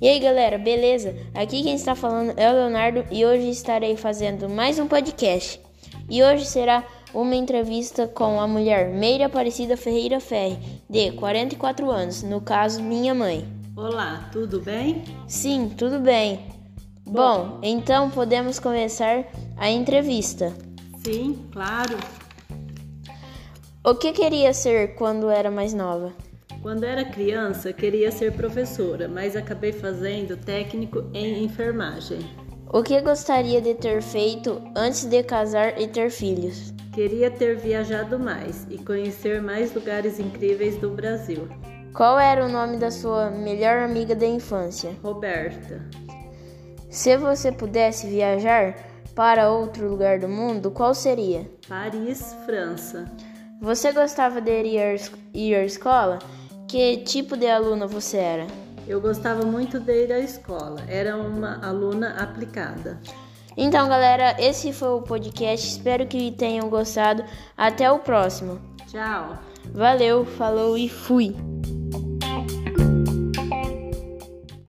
E aí galera, beleza? Aqui quem está falando é o Leonardo e hoje estarei fazendo mais um podcast. E hoje será uma entrevista com a mulher Meira Aparecida Ferreira Ferre, de 44 anos, no caso minha mãe. Olá, tudo bem? Sim, tudo bem. Bom, então podemos começar a entrevista. Sim, claro. O que queria ser quando era mais nova? Quando era criança, queria ser professora, mas acabei fazendo técnico em enfermagem. O que gostaria de ter feito antes de casar e ter filhos? Queria ter viajado mais e conhecer mais lugares incríveis do Brasil. Qual era o nome da sua melhor amiga da infância? Roberta, Se você pudesse viajar para outro lugar do mundo, qual seria? Paris, França. Você gostava de ir à es- ir à escola? Que tipo de aluna você era? Eu gostava muito de ir à escola, era uma aluna aplicada. Então, galera, esse foi o podcast. Espero que tenham gostado. Até o próximo. Tchau! Valeu, falou e fui!